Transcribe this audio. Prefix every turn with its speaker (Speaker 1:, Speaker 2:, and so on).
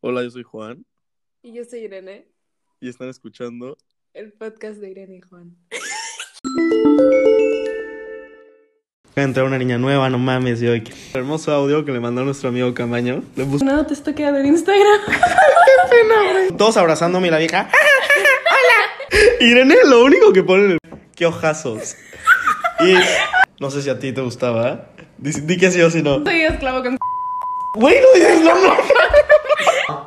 Speaker 1: Hola, yo soy Juan
Speaker 2: Y yo soy Irene,
Speaker 1: y están escuchando.
Speaker 2: el podcast de Irene y Juan.
Speaker 1: Acaba de entrar una niña nueva, no mames, yo. qué Hermoso audio que le mandó nuestro amigo Camaño. Le puso
Speaker 2: No, Pues te estoy quedando en Instagram.
Speaker 1: todos abrazándome y la vieja. ¡Hola! Irene, lo único que pone en el- ¡Qué ojazos! Y no sé si a ti te gustaba. Di, di que sí o si no.
Speaker 2: Soy esclavo con...
Speaker 1: Güey, no dices no, no.